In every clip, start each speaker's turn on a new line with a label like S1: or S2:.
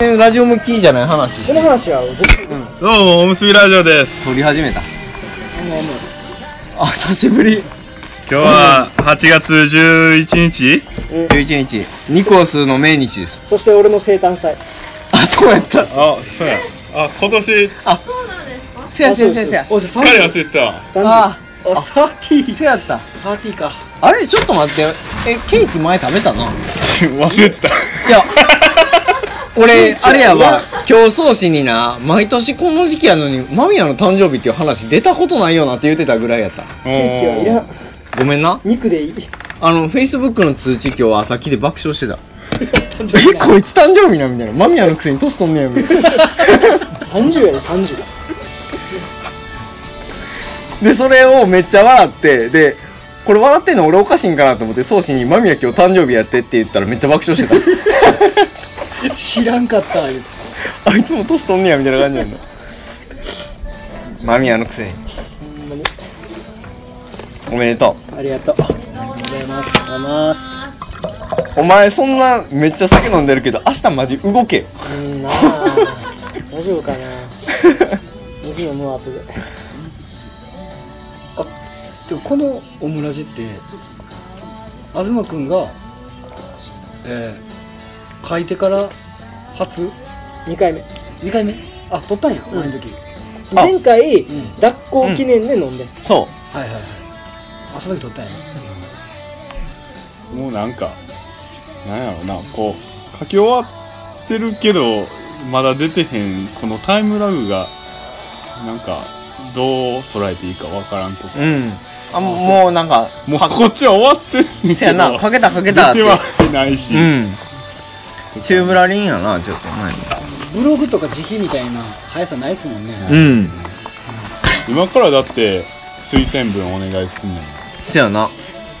S1: ラジオ向きじゃない話して
S2: この話は僕
S3: どうも、おむすびラジオです。
S1: 撮り始めたあ久しぶり
S3: 今日は8月11日
S1: 11日ニコスの命日です
S2: そして俺の生誕祭
S1: あそうやった
S3: あ、そうや。あ、今年、
S1: せやせやせやせや
S2: おじさ
S3: 彼
S2: ん
S3: 忘れてたわ。
S2: あ
S1: あ
S2: サーティー
S1: せやった
S2: サーティーか
S1: あれちょっと待ってえケーキ前食べたない
S3: 忘れて た。
S1: や 俺あれやわ競争誌にな毎年この時期やのにマミヤの誕生日っていう話出たことないよなって言ってたぐらいやった
S2: ケーキはいらん
S1: ごめんな
S2: 肉でいい
S1: あのフェイスブックの通知今日朝来て爆笑してたえこいつ誕生日なみたいなマミヤのくせに年取んねやみたいな
S2: 30やで30
S1: でそれをめっちゃ笑ってでこれ笑ってんの俺おかしいんかなと思って宗師に「間宮今日誕生日やって」って言ったらめっちゃ爆笑してた
S2: 知らんかった言う
S1: あいつも年取んねやみたいな感じなんだ間宮のくせに
S2: ほんまに
S1: おめでと
S2: ありがとうありがとうございますありがとうございます
S1: うお前そんなめっちゃ酒飲んでるけど明日マジ動けよ
S2: うんなあ大丈夫かな水飲むわ後で
S4: でもこのオムラジって東くんが、えー、書いてから初
S2: 2回目
S4: 2回目あ撮ったんや前の時、
S1: あ
S2: 前回
S4: ん
S2: 脱行記念で飲んで
S1: そ
S4: はいはいはいあその時撮ったんやね
S3: もうなんか、なんやろな、こう、書き終わってるけど、まだ出てへん、このタイムラグが、なんか、どう捉えていいかわからんとか
S1: う。うんあもうなんか
S3: もうこっちは終わってるん
S1: せやなかけたかけ
S3: 出て
S1: たって
S3: はないし。
S1: うんチューブラリンやなちょっと前に
S4: ブログとか時期みたいな速さないっすもんね、
S1: うん
S3: 今からだって、推薦文お願いすんねん。
S1: せやな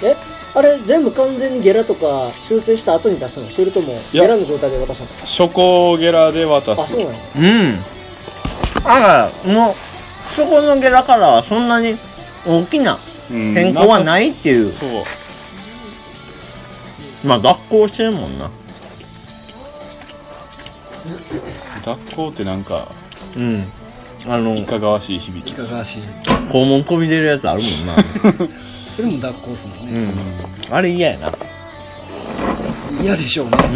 S2: えあれ全部完全にゲラとか修正した後に出すのそれとも
S3: いや
S2: ゲラの状態で渡すの
S3: 初行ゲラで渡
S2: あ
S3: す。
S2: そうなの
S1: うん。あら、もう、そこのゲラからはそんなに大きな、
S3: うん
S1: 変更はないっていうん
S3: かそう。
S1: まあ脱行してるもんな。
S3: 学校ってなんか、
S1: うん。あの、
S3: いかがわしい響き
S4: い
S3: で
S4: か
S3: す
S4: が。わしい
S1: 肛門飛び出るやつあるもん な。
S4: それも脱行っすもん
S1: う
S4: ね
S1: ん。あれ嫌やな。
S4: 嫌でしょうねも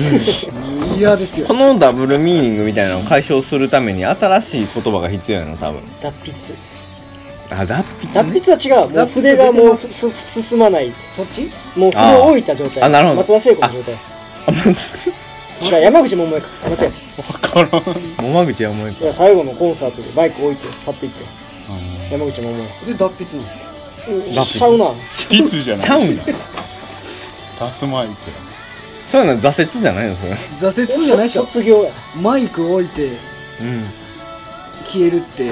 S4: う嫌ですよ
S1: このダブルミーニングみたいなのを解消するために新しい言葉が必要やな、多分。
S2: 脱筆
S1: あ、脱
S2: 脱
S1: ね
S2: 筆は違うもう
S4: 脱筆
S2: 筆がもうすす進まない
S4: そっち
S2: もう筆を置いた状態
S1: あーあなるほど
S2: 松田聖子の状態
S1: あ、ま ず、
S2: 違う山口百恵か間違え
S3: わからん。
S1: 桃口は思え
S2: たいや
S1: た。
S2: 最後のコンサートでバイク置いて去っていって山口百
S4: で脱筆なんですよ
S2: 恵
S1: 脱筆
S2: しちゃうな
S3: ピツじゃない。
S1: ちゃうんだ。
S3: 竜巻って。
S1: そういうの挫折じゃないの、それ。
S4: 挫折じゃないっしょ
S2: 卒業や
S4: マイク置いて
S1: うん。
S4: 消えるって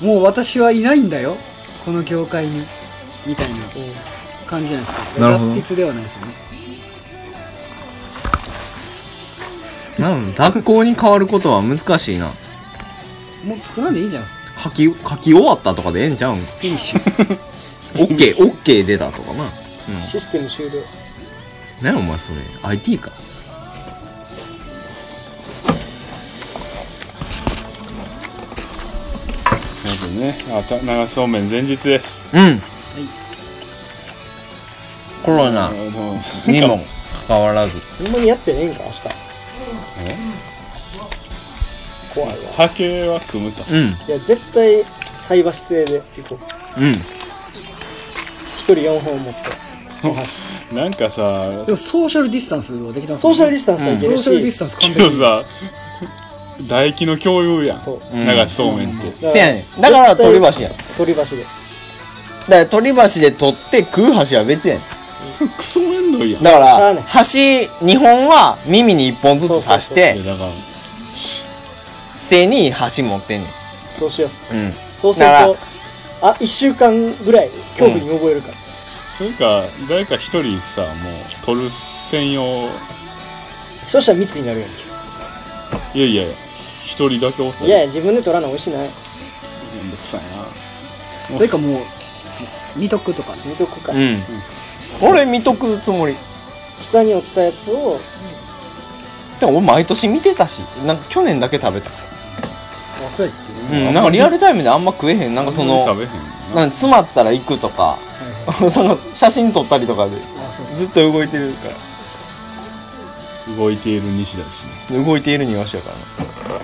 S4: もう私はいないんだよこの業界にみたいな
S2: うん
S4: 感じじゃないですか
S1: なるほど
S4: 脱筆ではないですよね
S1: なの、脱行に変わることは難しいな。
S4: もう作らんでいいんじゃないですか
S1: 書き、書き終わったとかでええんちゃうん
S4: フィニッシ ュ
S1: オッケー、オッケー出たとかな。うん。
S2: システム終了
S1: 何やお前それ、IT か。
S3: まずね、あた長そうめん前日です。
S1: うん。コロナ
S3: あの
S1: にもかかわらず。
S2: ほんまにやってねえんか明日
S3: え
S2: 怖いわ
S3: 竹は組むと。
S1: うん。
S2: いや絶対菜箸制で行こう
S1: うん。
S2: 一人4本持って
S3: なんかさ、
S4: でもソーシャルディスタンスはできたんです
S2: ソーシャルディ
S4: ス
S2: スタンスはいけ
S4: ソ
S2: る
S4: ーシャルディス
S2: し
S4: タンス完
S3: けど
S4: 璧
S3: さ、唾液の共有やん。
S2: そう
S1: うん
S3: 長そうめんって。
S1: せやねん。だから
S2: 絶対
S1: 鳥橋や。だか
S2: 取り箸で
S1: ら鳥橋で取って食う橋は別やね
S3: クソめんどいやん。
S1: ん。
S3: い
S1: だか
S2: しゃあ
S1: ら、
S2: ない
S1: 橋2本は耳に1本ずつ刺し
S3: や
S1: て、
S3: だから、
S1: 手に橋持ってんね。
S2: そうしようん
S1: うん。
S2: そうする
S1: なら
S2: とあ一1週間ぐらい恐怖に覚えるから、
S3: それか、誰か一人さ、もう、取る専用、
S2: そしたら密になるやんけ
S3: いやいやいや、一人だけおったら
S2: いやいや自分で取らな美味しいない
S3: めんどくさいな。
S4: それかもう二徳とかね
S2: 見とくか、
S1: うん。俺見とくつもり。
S2: 下に落ちたやつを
S1: でも俺毎年見てたしなんか去年だけ食べた、
S4: あそうやってね
S1: うん、なんかリアルタイムであんま食えへんなんかその
S3: 食べへん
S1: なん
S3: な
S1: か詰まったら行くとか
S4: はいは い
S1: その写真撮ったりとかで
S4: あそう
S1: ずっと動いてるから
S3: 動いている西田ですね
S1: 動いている庭師やからな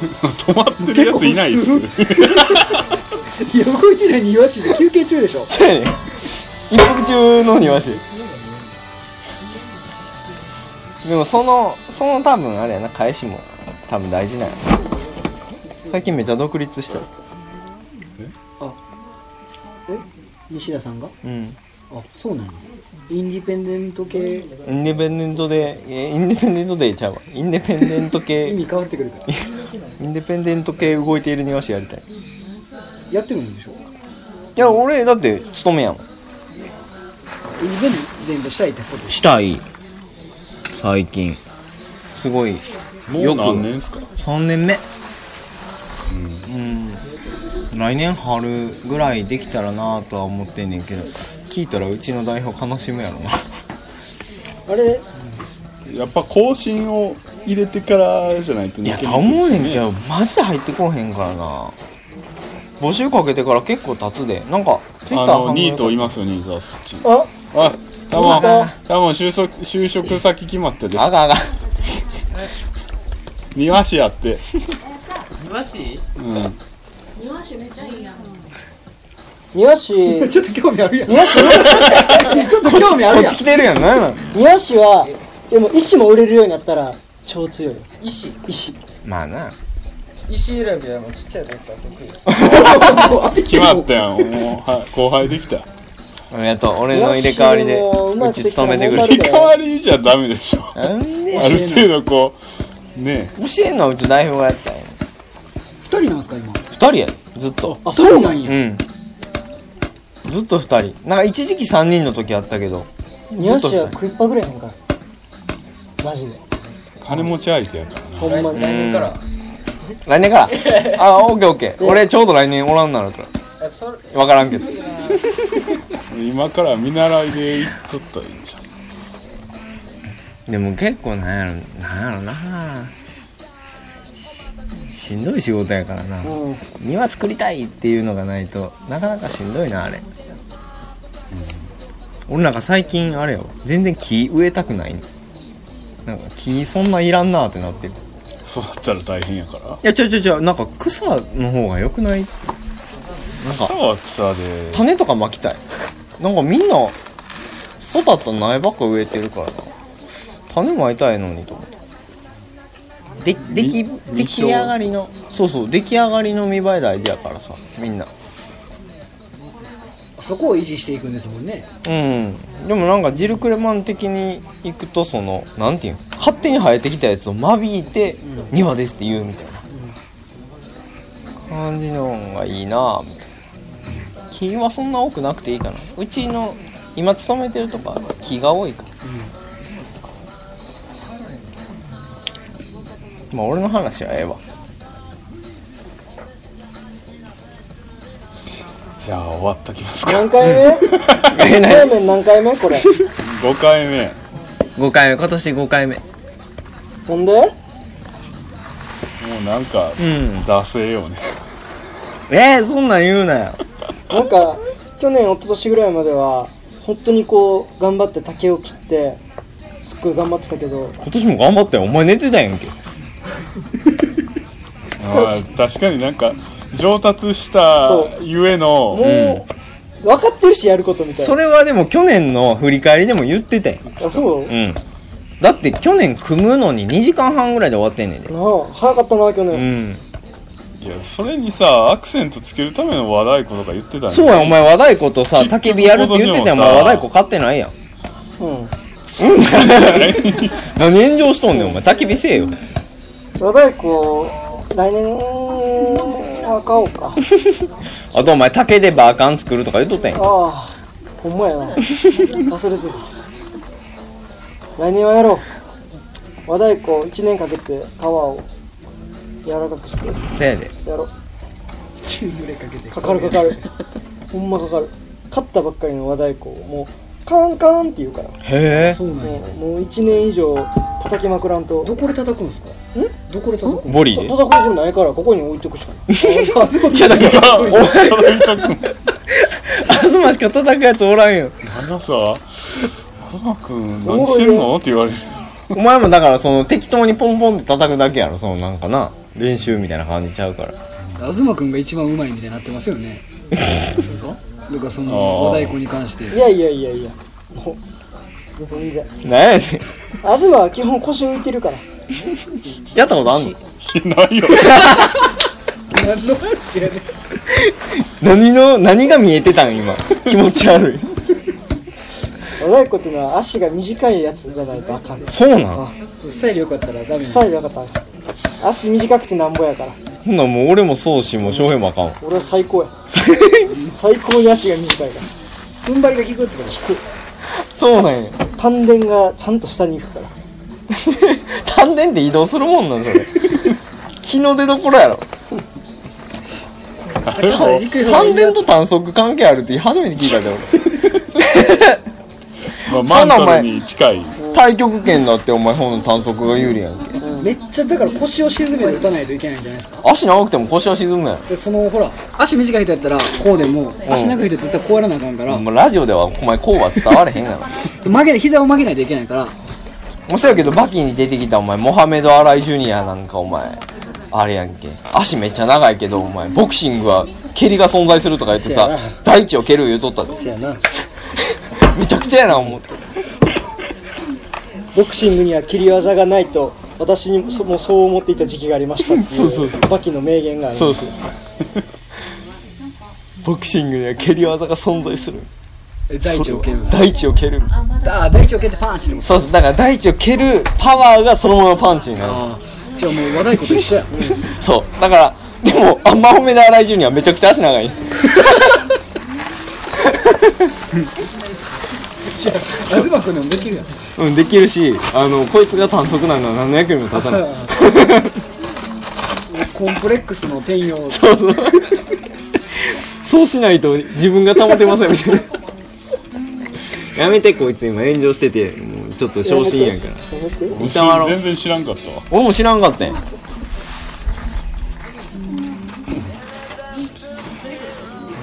S3: 止まってるやついないです
S4: 結いや動いてない庭師で休憩中でしょ
S1: そうやねん一服中の庭師でもそのその多分あれやな返しも多分大事なんやな最近めっちゃ独立した
S4: え西田さんが
S1: うん
S4: あそうなのインディペンデント系
S1: インデペンデントでえインデペンデントでちゃうわインデペンデント系
S4: 意
S1: イ
S4: 味変わってくるから
S1: ンデペンデント系動いている庭師やりたいい
S4: やってるんでしょ
S1: や俺だって勤めやもん
S4: インディペンデントしたいってこと
S1: したい最近すごい
S3: もう何年ですか
S1: 3年目うん、来年春ぐらいできたらなとは思ってんねんけど聞いたらうちの代表悲しむやろな
S4: あれ
S3: やっぱ更新を入れてからじゃない と
S1: いや
S3: 抜け
S1: と
S3: にく
S1: 思うね
S3: です
S1: んけどマジで入ってこうへんからな募集かけてから結構経つでなんかツイッ
S3: あ
S1: ター
S3: のニートいますよニートはそっちに
S1: あ
S3: あ多
S1: あかん
S3: 分多分就職就職先決まったで
S1: あがあが
S3: 庭師やって庭師
S2: 庭師
S4: ちょっと興味あるやん
S2: 庭師
S4: ちょっと興味あ
S1: こ
S4: る
S1: っ
S4: やん
S1: ち来てるやん何や
S2: 庭師はでも石も売れるようになったら超強いよ
S5: 石
S2: 石
S1: まあな
S5: 石選びはもうちっちゃい時から得意
S3: うん決まったやんもうは後輩できた
S1: ありがとう俺の入れ替わりで
S2: よしもううま
S1: う
S2: く
S1: ち
S2: できた
S1: 勤
S2: ら
S1: めてくれ
S2: 儲かる
S1: る
S2: で
S3: 代わりじゃダメでしょ
S1: なんで
S3: ある程度こうね
S1: 教えんのはうち代表がやったんや
S4: 二人なんすか今
S1: 2人やでずっと
S4: あそうなんや
S1: うんずっと2人なんか一時期3人の時あったけど
S2: 庭師は食いっぱぐれへんからマジで
S3: 金持ち相手やからな
S2: ほんまに
S5: 来年から
S1: 来年から あオッケーオッケー俺ちょうど来年おらんなるから
S5: えそれ
S1: 分からんけど
S3: 今から見習いで行っとったらいいんじゃん
S1: でも結構なんやろなんやろなししんどい仕事やからな
S2: うん
S1: 庭作りたいっていうのがないとなかなかしんどいなあれ、俺なんか最近あれよ全然木植えたくないのなんか木そんないらんなってなってる
S3: 育ったら大変やから
S1: いや、ちょちょちょ、なんか草の方が良くないなん
S3: 草
S1: か、
S3: は草で
S1: 種とか巻きたい。なんかみんな、育った苗ばっか植えてるからな。種巻いたいのにと思って。で、出来、
S3: み
S1: 出来上がりの、そうそう、出来上がりの見栄え大事やからさ、みんな。
S4: そこを維持していくんですもんね
S1: うん。でもなんかジルクレマン的に行くと、その、なんていうの勝手に生えてきたやつを間引いて、庭ですって言うみたいな感じの方がいいなぁ、みたいな。木はそんな多くなくていいかなうちの今勤めてるとこは木が多いから、まあ俺の話はええわ
S3: じゃあ終わっときますか
S2: 何回目そうめん何回目 これ
S3: 5回目
S1: 5回目今年5回目う
S2: ほんで
S3: もうなんか
S1: ん
S3: 出せようね
S1: えー、そんなん言うなよ
S2: なんか去年一昨年ぐらいまでは本当にこう頑張って竹を切ってすっごい頑張ってたけど
S1: 今年も頑張ったよお前寝てたやんけ
S3: まあ確かになんか上達した
S2: そ
S3: ゆえの
S2: もう、分かってるしやることみたいな
S1: それはでも去年の振り返りでも言ってたやん
S2: あそう、な
S1: うんだって去年組むのに2時間半ぐらいで終わってんねんで
S2: あ早かったな去
S1: う
S2: 年、
S1: ん
S3: いやそれにさアクセントつけるための和太鼓とか言ってたね
S1: そう やお前和太鼓とさ
S3: 結
S1: 焚
S3: 局
S1: き火やるって言ってたやんお前和
S3: 今年もさ
S1: 太鼓買ってないやん
S2: うん、
S1: 何炎上しとんねんお前焚き火せえよ
S2: 和太鼓来年は買おうか
S1: あとお前竹でバーカン作るとか言っとったやん
S2: ああほんまやな忘れてた来年はやろう和太鼓1年かけて皮を柔らかくして
S1: せやで
S2: やろう
S4: 宙揺れかけて
S2: かかるかかるほんまかかる買ったばっかりの和太鼓をもうカンカンって言うから
S1: へえ
S4: そうなん
S2: も
S4: や
S2: うもう1年以上叩きまくらんと
S4: どこで叩くんですかんどこで叩くん
S1: ボリーで
S2: 叩くことないからここに置いとくしかない
S1: いやだからお前
S3: たくん
S1: 東しか叩くやつおらんよ
S3: 長さ長くん何してるのって言われる
S1: お前もだからその適当にポンポンって叩くだけやろそのなんかな練習みたいな感じちゃうから
S4: 東君が一番うまいみたいになってますよねだからそ
S3: あ
S4: の
S3: ー
S4: 和太鼓に関して
S2: いやいやいやいやもう全然
S1: なんやね
S2: 東は基本腰浮いてるから
S1: んやったことあんの
S3: ないよ
S4: 何の話やねん
S1: 何の何が見えてたん 今気持ち悪い
S2: 和太鼓っていうのは足が短いやつじゃないとあかん
S1: そうなん
S4: スタイル良かったらダメ
S2: スタイルよかったね足短くてなんぼやから
S1: ほんなんもう俺もそうしもう翔平もあかんわ
S2: 俺は最高や最高に足が短いから
S4: 踏ん張りが効くってこと
S2: 引く
S1: そうなんや
S2: 丹田がちゃんと下に行くから
S1: 丹田で移動するもんなんそれ気の出どころやろ丹田と短足関係あるって初めて聞いたで
S3: ま
S1: そ
S3: あマ
S1: ん
S3: ン
S1: なんお前
S3: タルに近い
S1: 俺太極拳だってお前ほんの短足が有利やんけ
S4: めっちゃだから腰を沈めて打たないといけないんじゃないですか
S1: 足長くても腰は沈むやん
S4: でそのほら足短い人やったらこうでも足長い人やったらこうやらなあかんから、
S1: もうラジオではお前こうは伝われへんやろ
S4: 曲げ膝を曲げないといけないから
S1: 面白いけどバキに出てきたお前モハメド・アライ・ジュニアなんかお前あれやんけ足めっちゃ長いけどお前ボクシングは蹴りが存在するとか言って
S4: せや
S1: さ
S4: な
S1: 大地を蹴る言うとったで
S4: せやな
S1: めちゃくちゃやな思って
S2: ボクシングには切り技がないと私にもそもうそう思っていた時期がありましたっていう
S1: そうそうそ
S2: バキの名言があります
S1: そう ボクシングには蹴り技が存在する
S4: 大地を蹴るんです
S1: 大地を蹴る
S4: ああ大地を蹴ってパンチってこと
S1: そうそうだから大地を蹴るパワーがそのままパンチになる
S4: ああじゃあもう和太鼓と一緒や
S1: そうだからでもあんま褒めで荒井ジュニアめちゃくちゃ足長い
S4: 東君でもできるやん
S1: うんできるしあのこいつが短足なんか何の役にも立たない
S4: コンプレックスの転用
S1: そうそうそうしないと自分が保てませんみたいなやめてこいつ今炎上しててもうちょっと昇進やんから
S2: やめて
S1: 板わろ
S3: 全然知らんかったわ
S1: 俺も知らんかったんや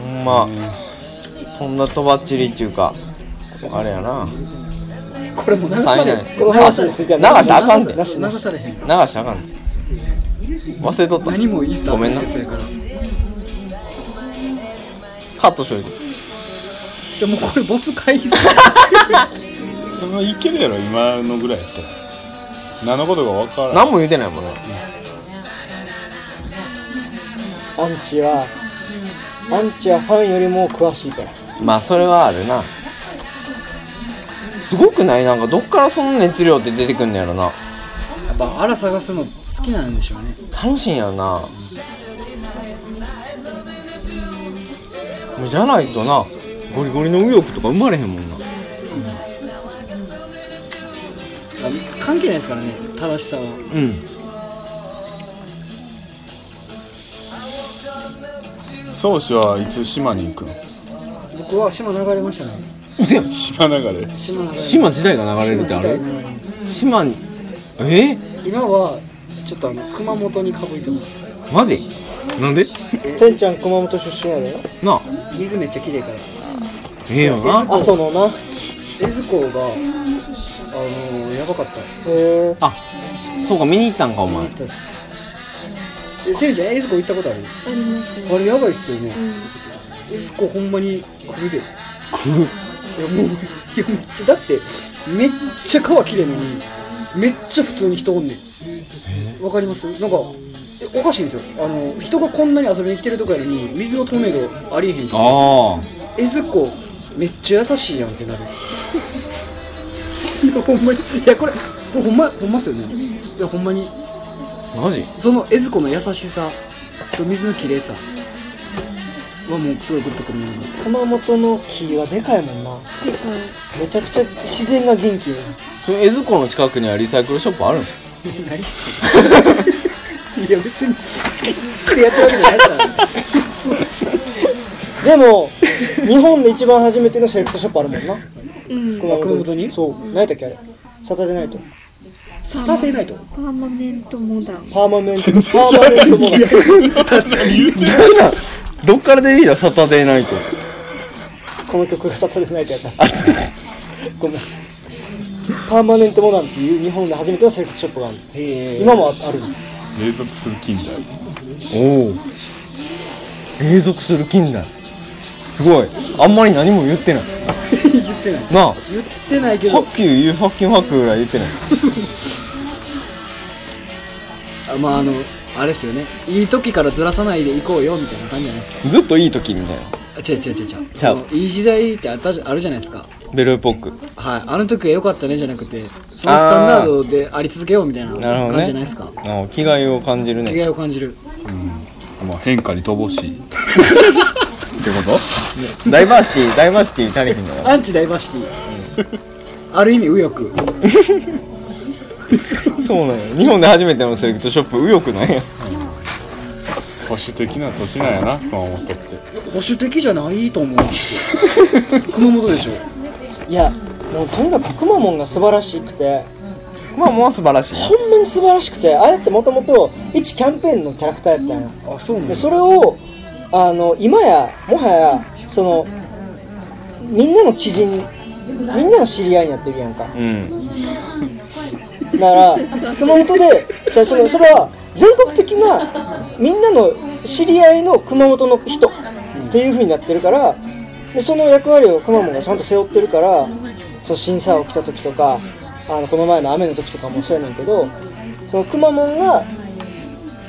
S1: ほんまとんだとばっちりっちゅうかあれやな
S4: これもう流さ
S1: 3
S4: れ
S1: 位な
S4: へ
S1: んんや
S2: この話については
S1: 流したらあかんで
S2: な
S1: 流
S2: し
S1: し
S4: 流されへん
S1: たらあかんで忘れとった
S4: 何も言った
S1: ごめんな
S4: やつやからじ
S1: カットしといて
S4: ゃあもうこれボツ回避 す
S3: でもいけるやろ今のぐらいやったら何のことが分からん
S1: 何も言うてないもんな
S2: アンチはアンチはファンよりも詳しいから
S1: まあそれはあるなすごくないなんかどっからその熱量って出てくんのやろな
S4: るやっぱあら探すの好きなんでしょうね
S1: 楽しいんやろなもうじゃないとなゴリゴリの右翼とか生まれへんもんな
S4: 関係ないですからね正しさは
S1: うん
S3: 宗師はいつ島に行くの
S4: 僕は島流れましたね
S3: 島流れ
S4: 島流れ
S1: 島自体が流れるってあれ島にえ
S4: 今はちょっとあの熊本にかぶいてます
S1: マジなん で
S2: せんちゃん熊本出身やで
S1: なあ
S4: 水めっちゃ綺麗から
S1: ええよな
S2: 阿蘇のな
S4: 江津港があのやばかった
S2: へえ
S1: そうか見に行ったんかお
S4: 見に
S1: 前
S4: 行ったしえセリちゃんエスコ行ったことあるありますあれやばいっすよね、エスコほんまに来るで来るいやもういやめっちゃだってめっちゃ川綺麗なのにめっちゃ普通に人おんねんわかりますなんかえおかしいんですよあの人がこんなに遊びに来てるとこやのに水の透明度ありえへんから
S1: あ
S4: えずこめっちゃ優しいやんってなるいや ほんまにいやこれこれほんまほんまっすよねいやほんまに
S1: あマジ
S4: そのえずこの優しさと水の綺麗さはもうすごいグッとくるもの
S2: 熊本の木はでかいもんなめちゃくちゃ自然が元気や
S1: その江津湖の近くにはリサイクルショップあるの
S4: 何してんのいや別に好きでや ってるわけじゃないか
S2: で
S4: ら
S2: も日本で一番初めてのセレクトショップあるもんな
S6: うん
S2: 熊
S4: 熊本に
S2: そう何やったっけあれサタデーナイト
S6: サ
S4: サタデーナイト
S6: パーマネントモダン
S2: パーマメントパーマメントモダン
S1: どっから出てきたサタデーナイト
S2: この曲がサタデーナイトやったごめんパーマネントモダンっていう日本で初めてのセレクトショップがある
S4: へ
S2: 今もあある
S3: 連続する近代
S1: おお永続する近代すごいあんまり何も 言ってない
S4: え言ってない
S1: なあ「
S4: 言ってないけ
S1: ハ
S4: ど
S1: ッキューユーファッキンハック」ぐらい言ってない
S4: あまああのあれですよねいい時からずらさないでいこうよみたいな感じじゃないですか
S1: ずっといい時みたいな
S4: あ違う違う違う違う
S1: ちゃう
S4: そのいい時代ってあったじゃあるじゃないですか
S1: ベルポック
S4: はいあの時は良かったねじゃなくてそのスタンダードであり続けようみたいな
S1: なるほ
S4: 感
S1: ど
S4: じ
S1: ね
S4: じゃないですか
S1: ああ気概を感じる
S4: 違
S1: ね
S4: いを感じる
S3: まあ変化に乏しいってこと
S1: ダイバーシティダイバーシティ足りひんのかな
S4: アンチダイバーシティある意味右翼
S1: そうなんや日本で初めてのセレクトショップ右翼なんや
S3: 保守的な土地なんやな熊本って
S4: 保守的じゃないと思 うんですよ熊本でしょ
S2: いやもうとにかくくまモンが素晴らしくて
S1: まあもう素晴らしい
S2: ほんまに素晴らしくてあれってもともと一キャンペーンのキャラクターやったんや
S4: あそうなん
S2: でそれをあの今やもはやそのみんなの知人みんなの知り合いになってるやんか
S1: うん
S2: だから熊本でそれそれそれは全国的なみんなの知り合いの熊本の人っていう風になってるからでその役割をくまモンがちゃんと背負ってるからその審査を来た時とかあのこの前の雨の時とかもそうやねんけどそのくまモンが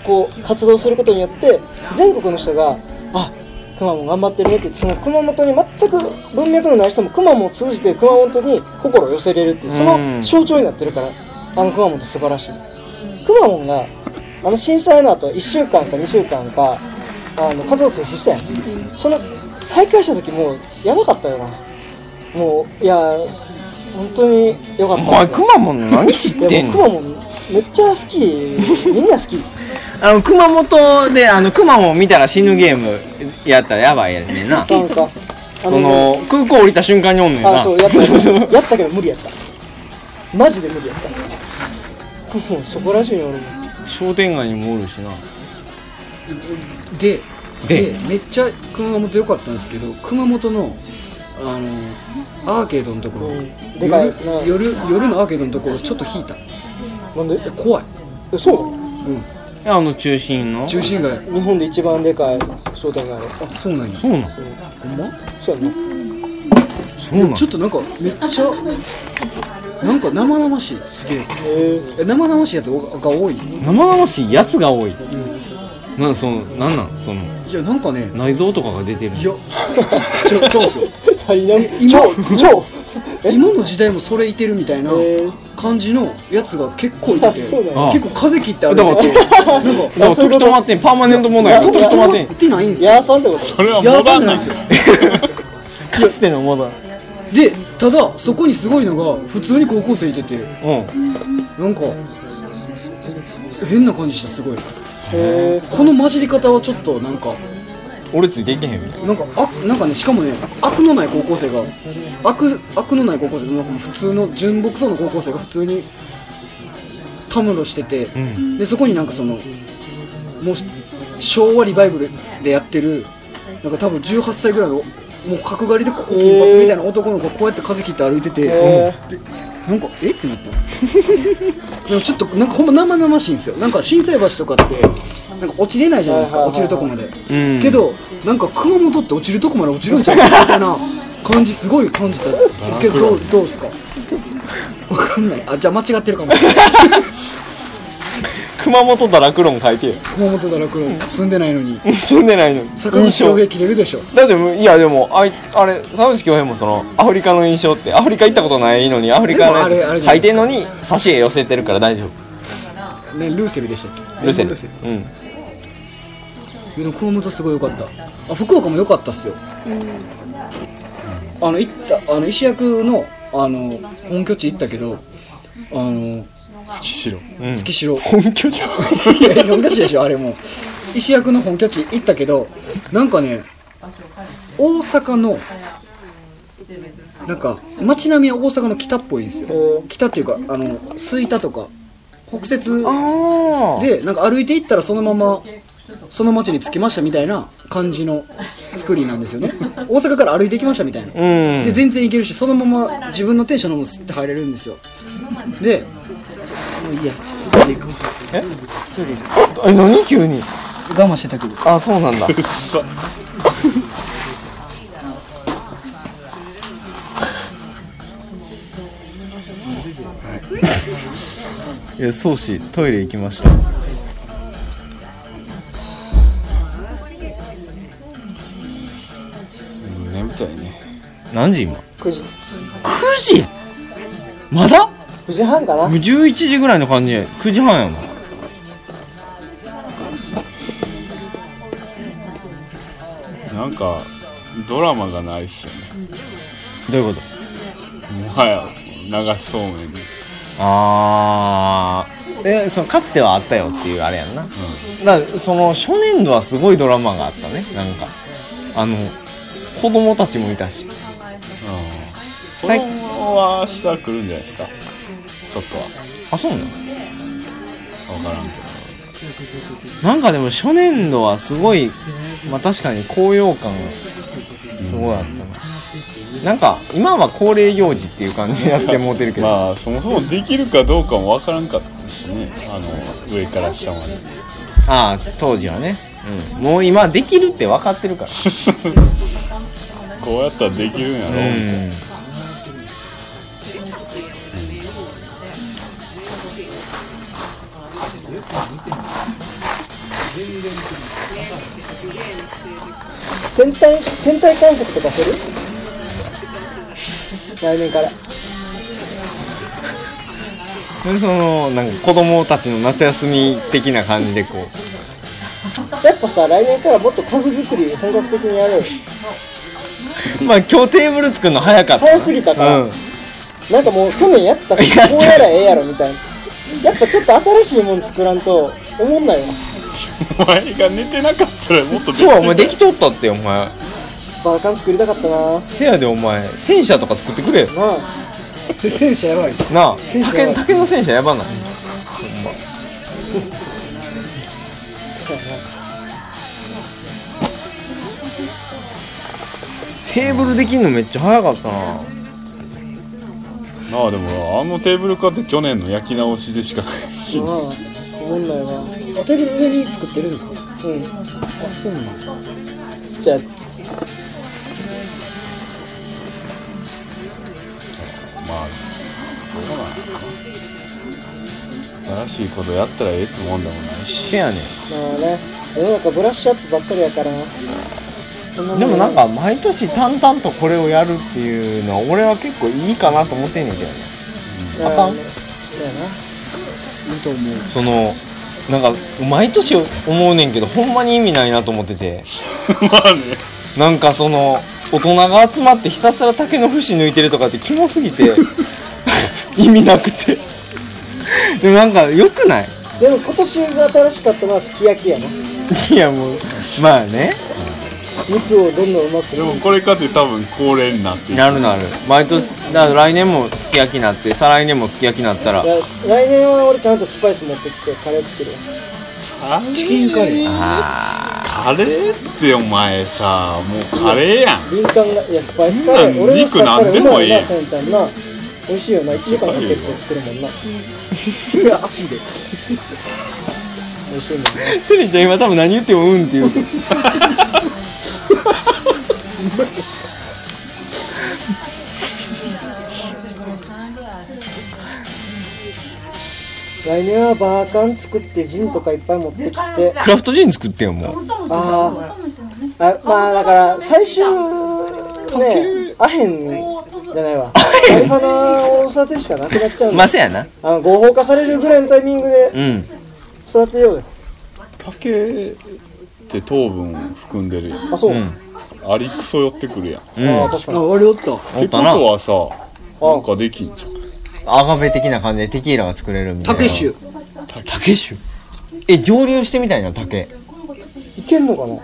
S2: こう活動することによって全国の人が「あくまモン頑張ってるね」って言ってその熊本に全く文脈のない人もくまモンを通じて熊本に心を寄せれるっていうその象徴になってるからあのくまモンって素晴らしい。くまモンがあの震災の後1週間か2週間かあの活動停止したやんその再開した時もうやばかったよなもういや本当によかっ
S1: お
S2: た
S1: 前くまモンの何知っ
S2: い
S1: て
S2: や
S1: ん
S2: もう
S1: の
S2: くまモンめっちゃ好きみんな好き
S1: あの熊本であの熊も見たら死ぬゲームやったらやばいやねん な
S2: なん かあ
S1: その空港降りた瞬間におんねんな
S2: あそうやった け
S1: そう
S2: どやったけど無理やったマジで無理やったもうそこらしいよ俺も
S1: 商店街にもおるしな
S4: で
S1: で
S4: でめっちゃ熊本良かったんですけど熊本のあのアーケードのところ、
S2: うんでかいな
S4: 夜夜夜のアーケードのところちょっと引いた
S2: なんで
S4: 怖い、
S2: えそうな
S4: う
S1: あの中心の
S4: ん、中心街
S2: の日本で一番でかい商店街の
S4: あそうなんや
S1: そうなん
S4: ほんま
S2: そうやな
S1: そうなん
S4: ちょっとなんかめっちゃなんか生々しいすげえ
S2: へえ
S4: え生々しいやつが多いい
S1: 生々しいやつが多いなんそのなんなんその
S4: やなんかね
S1: 内臓とかが出てる
S4: いやちょそう ですよ
S2: 何々
S4: 今
S2: 超超
S4: 今の時代もそれいてるみたいな
S2: へえ
S4: 感じのやつが結構いて
S2: あ
S4: て
S2: そうなん
S4: 結
S2: や
S4: 構風切って歩いてて
S1: だ
S4: なん
S1: だ
S4: か
S1: から時止まってんパーマネントもない
S2: いや
S1: 時止まってん
S4: 止ってないんですよ
S2: ヤーさんってこと
S3: それは
S4: や
S3: モ
S4: ば
S3: ダ
S4: い
S3: ン
S4: な
S3: なんん
S4: で
S3: ですす
S4: よ
S3: よ
S1: かつてのまだ
S4: でただそこにすごいのが普通に高校生いてて
S1: うん
S4: なんか変な感じしたすごい
S2: へえ
S4: この混じり方はちょっとなんか
S1: 俺ついていけへんみたい
S4: なんかあなんかねしかもね悪のない高校生が悪悪のない高校生なんか普通の純朴そうな高校生が普通にたむろしてて、
S1: ん
S4: でそこになんかそのもう昭和リバイブでやってるなんか多分18歳ぐらいのもう角刈りでここ金髪みたいな男の子がこうやって風切って歩いてて、
S2: へ
S4: でなんかえってなったなんかちょっとなんかほんま生々しいんですよなんか心斎橋とかってなんか落ちれないじゃないですか
S2: はい
S4: 落
S2: はい
S4: ち
S2: はいはい
S4: るとこまで、
S1: うん
S4: けどなんか熊本って落ちるとこまで落ちるんちゃうかみたいな感じすごい感じたけどどうどうですかわかんないあじゃあ間違ってるかもしれない
S1: な熊本だらクロン書 いてよ
S4: 熊本だらく住んでないのに
S1: 住んでないの
S4: 坂口恭平切れるでしょ
S1: だってもういやでもあいあれ沢口恭平もそのアフリカの印象ってアフリカ行ったことないのにアフリカの
S4: でもあれあ
S1: や
S4: れ
S1: つ
S4: じゃな
S1: 書
S4: い
S1: いてんのに挿絵寄せてるから大丈
S4: ねルーセルでしたっ
S1: 夫
S4: け
S1: ルセル
S4: ルセル
S1: うん
S4: いやでも熊本すごい良かったあ福岡も良かったっすよ、あの行ったあの石役のあの本拠地行ったけどあの
S3: 月城
S1: うん
S4: 月城、
S1: 本拠地
S4: いや本拠地でしょあれも石役の本拠地行ったけどなんかね大阪のなんか街並みは大阪の北っぽいんですよ、
S2: へー
S4: 北っていうかあの吹田とか北摂
S1: あ
S4: でなんか歩いていったらそのままその街に着きましたみたいな感じの作りなんですよね大阪から歩いてきましたみたいな、
S1: うん
S4: で全然行けるしそのまま自分のテンションのもスッて入れるんですよでもういいやちょっとトイレ行くわ
S1: え
S4: ちょっとト イレ行く
S1: え何急に
S4: 我慢してたけど
S1: あそうなんだ いやそうしトイレ行きました
S3: 眠たいね
S1: 何時今
S2: 9時
S1: 9時まだ
S2: 9時半かな
S1: もう11時ぐらいの感じや9時半やもん
S3: なんかドラマがないっすよね
S1: どういうこと
S3: もはや流しそうめんに
S1: あーえそのかつてはあったよっていうあれやんな、だからその初年度はすごいドラマがあったねなんかあの子供たちもいたし
S3: 子
S1: 最
S3: 供は明日来るんじゃないですかちょっとは
S1: あそうなの
S3: 分からんけど
S1: なんかでも初年度はすごいまあ確かに高揚感がすごいあったな、なんか今は恒例行事っていう感じになってもうてるけど、
S3: まあそもそもできるかどうかもわからんかったしねあの上から下まで
S1: ああ当時はね、うん、もう今できるって分かってるから
S3: こうやったらできるんやろみたいな
S2: 天体天体観測とかする 来年から
S1: でそのなんか子供たちの夏休み的な感じでこう
S2: やっぱさ来年からもっと家具作り本格的にやろうよ
S1: まあ今日テーブル作るの早かったな
S2: 早すぎたから
S1: うん、
S2: なんかもう去年やった し
S1: やった
S2: こうやらええやろみたいなやっぱちょっと新しいもん作らんと思んないわ
S3: お前が寝てなかったらもっと
S1: そうお前でき
S3: た
S1: とったってお前
S2: バーカン作りたかったな
S1: せやでお前戦車とか作ってくれよ
S2: なあ
S4: で戦車やばい
S1: なあ
S2: 戦車
S1: 竹竹の戦車やばない
S2: そうやな
S1: テーブルできんのめっちゃ早かったな
S3: なあでもあのテーブル買って去年の焼き直しでしかないし
S2: なあ思んないわ
S4: あテーブル上に作ってるんですかあ
S2: うん
S4: そうなの
S2: ちっちゃいやつ
S3: まあどうなん新しいことやったらええってもんでもないし
S1: せやね
S2: まあね世の中ブラッシュアップばっかりやからなそんなも
S1: んでもなんか毎年淡々とこれをやるっていうのは俺は結構いいかなと思ってんねんけどね
S2: あ
S1: あかん
S2: そうやない
S4: いと思う
S1: そのなんか毎年思うねんけどほんまに意味ないなと思って て
S3: まあね
S1: なんかその大人が集まってひたすら竹の節抜いてるとかってキモすぎ て意味なくてでもなんか良くない
S2: でも今年が新しかったのはすき焼きやない
S1: やもうまあね
S2: 肉をどんどんうまく
S3: でも
S2: して
S3: これ買って多分恒例になっていく
S1: なるなる毎年だから来年もすき焼きになって再来年もすき焼きになったら
S2: いや来年は俺ちゃんとスパイス持ってきてカレー作るわ
S3: あれ
S4: チキンカレー
S1: あ
S3: カレーってお前さもうカレーやん
S2: 敏感がいやスパイスカレ
S3: う
S2: ー
S3: ん
S2: 俺のスパイスカレーう
S3: 肉なん
S2: ま
S3: でもい
S2: い
S3: い
S2: なせんちゃんな美味しいよな1時間かけて作るもんな足で美味しいもんな
S1: ーセリちゃん今多分何言ってもうんって言うけど
S2: 来年はバーカン作ってジンとかいっぱい持ってきて
S1: クラフトジン作ってよもう
S2: あーあまあだから最終ねアヘンじゃないわアルファナを育てるしかなくなっちゃうん
S1: ま
S2: だ
S1: あせやな
S2: あの合法化されるぐらいのタイミングで
S1: うん
S2: 育てようよ
S3: 竹って糖分含んでるやん
S2: あそう、
S1: うん
S3: ありクソ寄ってくるやんっ
S1: うん
S2: ああ確か
S4: あ
S2: に
S4: あれおった
S3: て
S1: っ
S3: こと
S1: たな
S3: はさなんかできんじゃん
S1: アガベ的な感じでテキーラが作れるみたい
S4: タ
S1: な
S4: ケシュ
S1: 竹種え蒸留してみたいな竹
S2: いけんのかない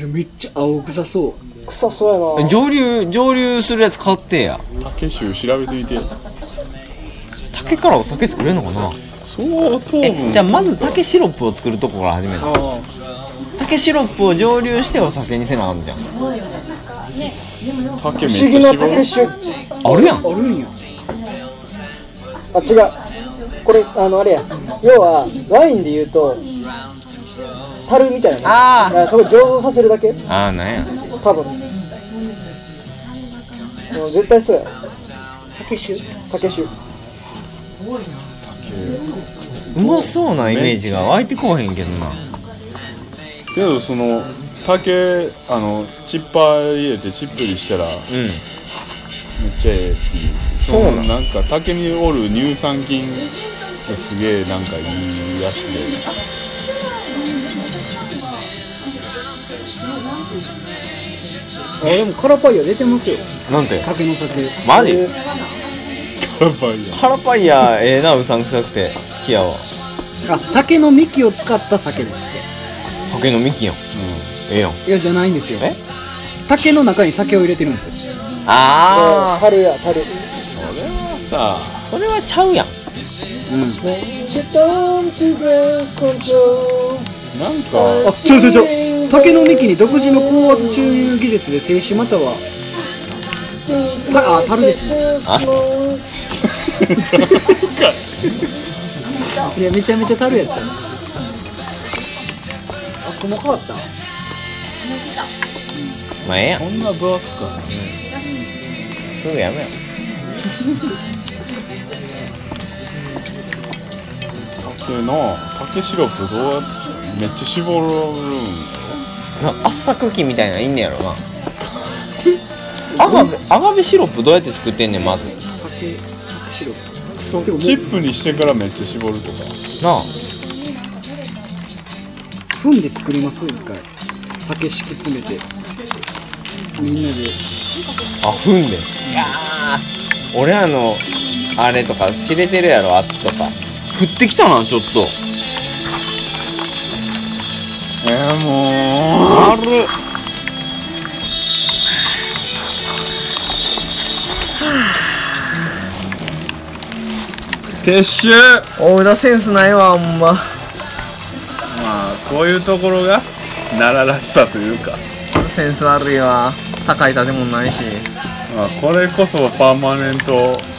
S4: やめっちゃ青臭そう
S2: 臭そうやな
S1: 上流上流するやつ買ってや
S3: 竹州調べてみて
S1: 竹からお酒作れるのかな
S3: 相当
S1: えじゃあまず竹シロップを作るとこから始めた竹シロップを蒸留してお酒にせなあかんじゃん
S3: 竹めっ
S2: 不
S3: ちゃ
S2: 思議な
S3: 絞
S2: 竹
S3: る
S2: 酒
S1: あるやん
S4: あるんや
S2: あ違うこれあのあれや要はワインで言うと樽みたいなの
S1: あー
S2: いやそこ醸造させるだけ
S1: ああなんや
S2: 多分もう絶対そうや
S4: 竹酒
S2: 竹酒
S1: うまそうなイメージが湧いてこうへんけどな
S3: けどその竹あのチッパー入れてチップにしたら
S1: うん
S3: めっちゃええっていう
S1: そうなん
S3: のなんか竹におる乳酸菌がすげえなんかいいやつで
S4: あでもカラパイヤ出てますよ
S1: なんて
S4: 竹の酒
S1: マジ
S3: やばいや
S1: カラパイヤええなうさんくさくて好きやわ
S4: あ竹の幹を使った酒ですって
S1: 竹の幹やんええやん
S4: いやじゃないんですよ
S1: え
S4: 竹の中に酒を入れてるんですよ
S1: あ
S2: 樽や樽
S3: それはさ
S1: あそれはちゃうやん
S3: なんか
S4: あちょちょちょ竹の幹に独自の高圧注入技術で静止またはたあ樽ですね
S1: あ
S4: いやめちゃめちゃ樽やったあ細かかった
S1: まあええや
S3: こんな分厚か
S1: んすぐやめよ
S3: 竹の竹シロップどうやって作るめっちゃ絞るんだよ
S1: なあっさ茎みたいなんいんねやろなアガベアガベシロップどうやって作ってんねんまず
S4: 竹竹シロップ
S3: そう
S4: でも
S3: チップにしてからめっちゃ絞るとか
S1: なあ
S4: 踏んで作ります一回竹敷き詰めてみんなで
S1: あ踏んでいやー俺らのあれとか知れてるやろ圧とか降ってきたなちょっと
S3: えー、もう
S1: ある
S3: 撤収
S1: 大浦センスないわあんま
S3: まあこういうところが奈良らしさというか
S1: センス悪いわ高い建物ないし
S3: まあこれこそパーマネント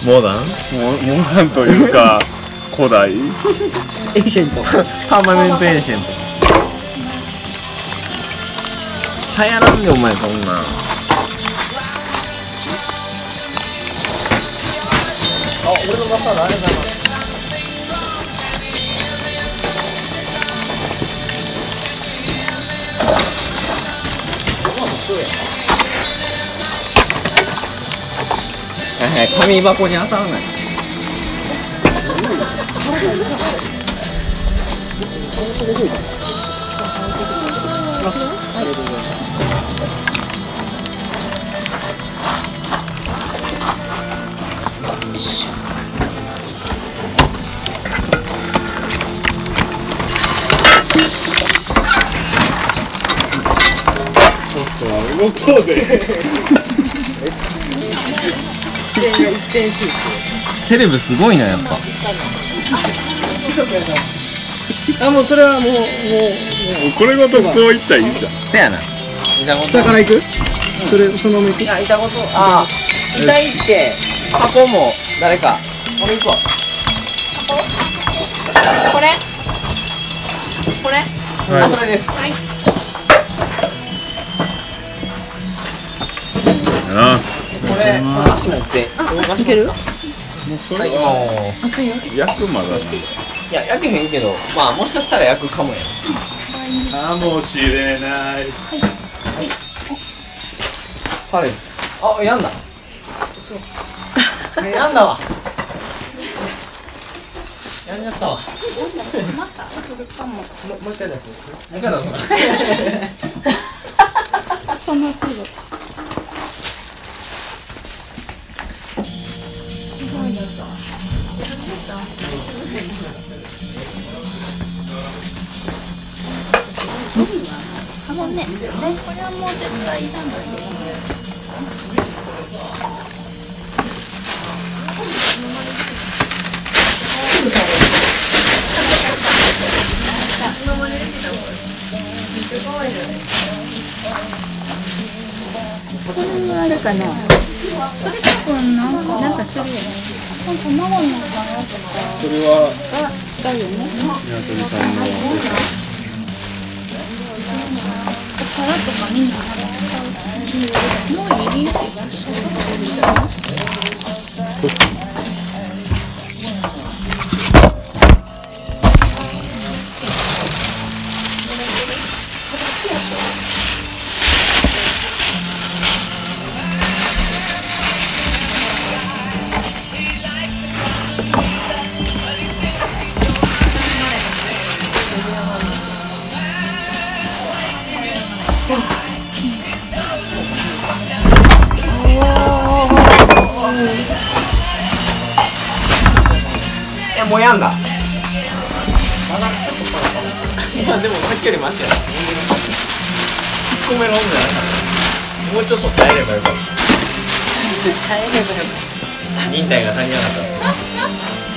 S3: モ
S1: モダン
S3: モダンという か古代
S4: エイシェント
S1: パーマネントエンシェント流行らんでお前こんなんはいはい紙箱に当たらないセレブすごいなやっぱ
S2: あもうそれはもうもう
S3: これごとこういったらいいじゃん
S1: せやな
S4: 下から行くそれそのまま行く
S1: あいたことああいたいって箱も誰か俺行くわ
S7: これこれ
S1: あそれです
S3: な
S1: これ足持っていける
S3: もうそ
S1: は
S3: れ
S1: い
S3: は
S1: も
S3: 焼くまだ
S1: ういや焼けへんけどまあもしかしたら焼くかもや
S3: かもしれない
S1: パレですあやんだ やんだわやんじゃったわもう一回だけもう一回だ
S7: そんな強いあのね、えこれはもう絶対いらないよ。これもあるかな。それ多分なんかなんかするよね。卵の
S3: それは
S7: が違うよね。
S3: ニワトリさんの
S7: 殻とか見ない。もういいよ。
S1: やもうやんだいやでもさっきよりマシやな1個目の温度やなもうちょっと耐えればよかった耐 えればよかった忍耐が足りなかった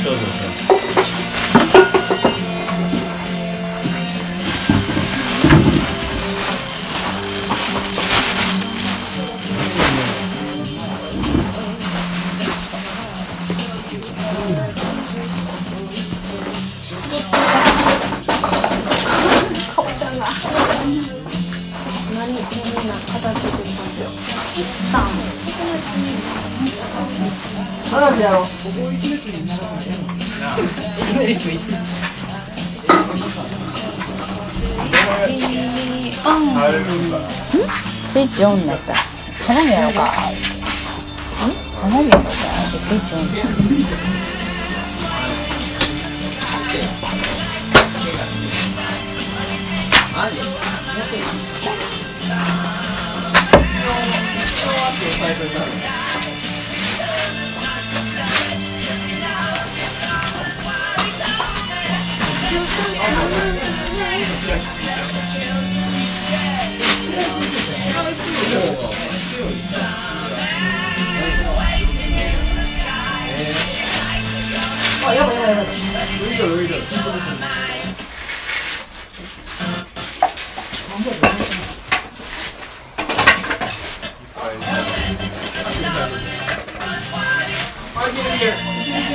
S1: 少女しました
S8: スイッチオンになった。花火やろうか。ん花火やろうか。スイッチオン。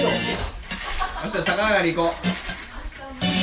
S5: 明日坂上がり行こう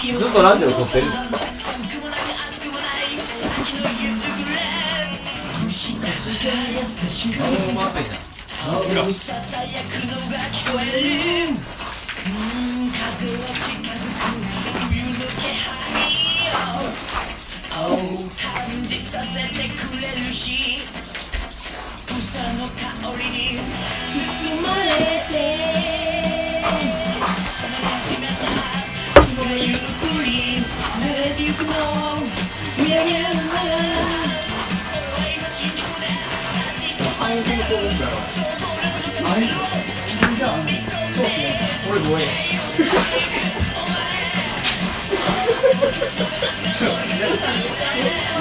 S1: ずっとラジオ撮ってる
S9: 「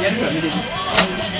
S5: やるから見てみ